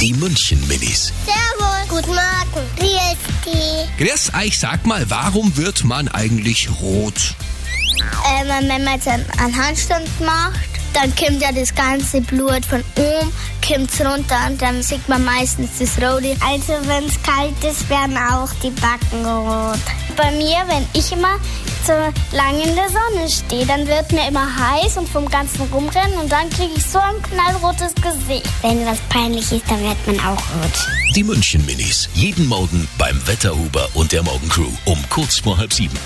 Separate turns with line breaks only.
Die München Minis.
Servus. Guten Morgen. Wie ist die?
Grüß euch, ah, sag mal, warum wird man eigentlich rot?
Ähm, wenn man jetzt einen Handstand macht, dann kommt ja das ganze Blut von oben, kommt runter und dann sieht man meistens das Rote. Also wenn es kalt ist, werden auch die Backen rot. Bei mir, wenn ich immer zu lange in der Sonne stehe, dann wird mir immer heiß und vom ganzen Rumrennen und dann kriege ich so ein knallrotes Gesicht. Wenn was peinlich ist, dann wird man auch rot.
Die München Minis. Jeden Morgen beim Wetterhuber und der Morgencrew um kurz vor halb sieben.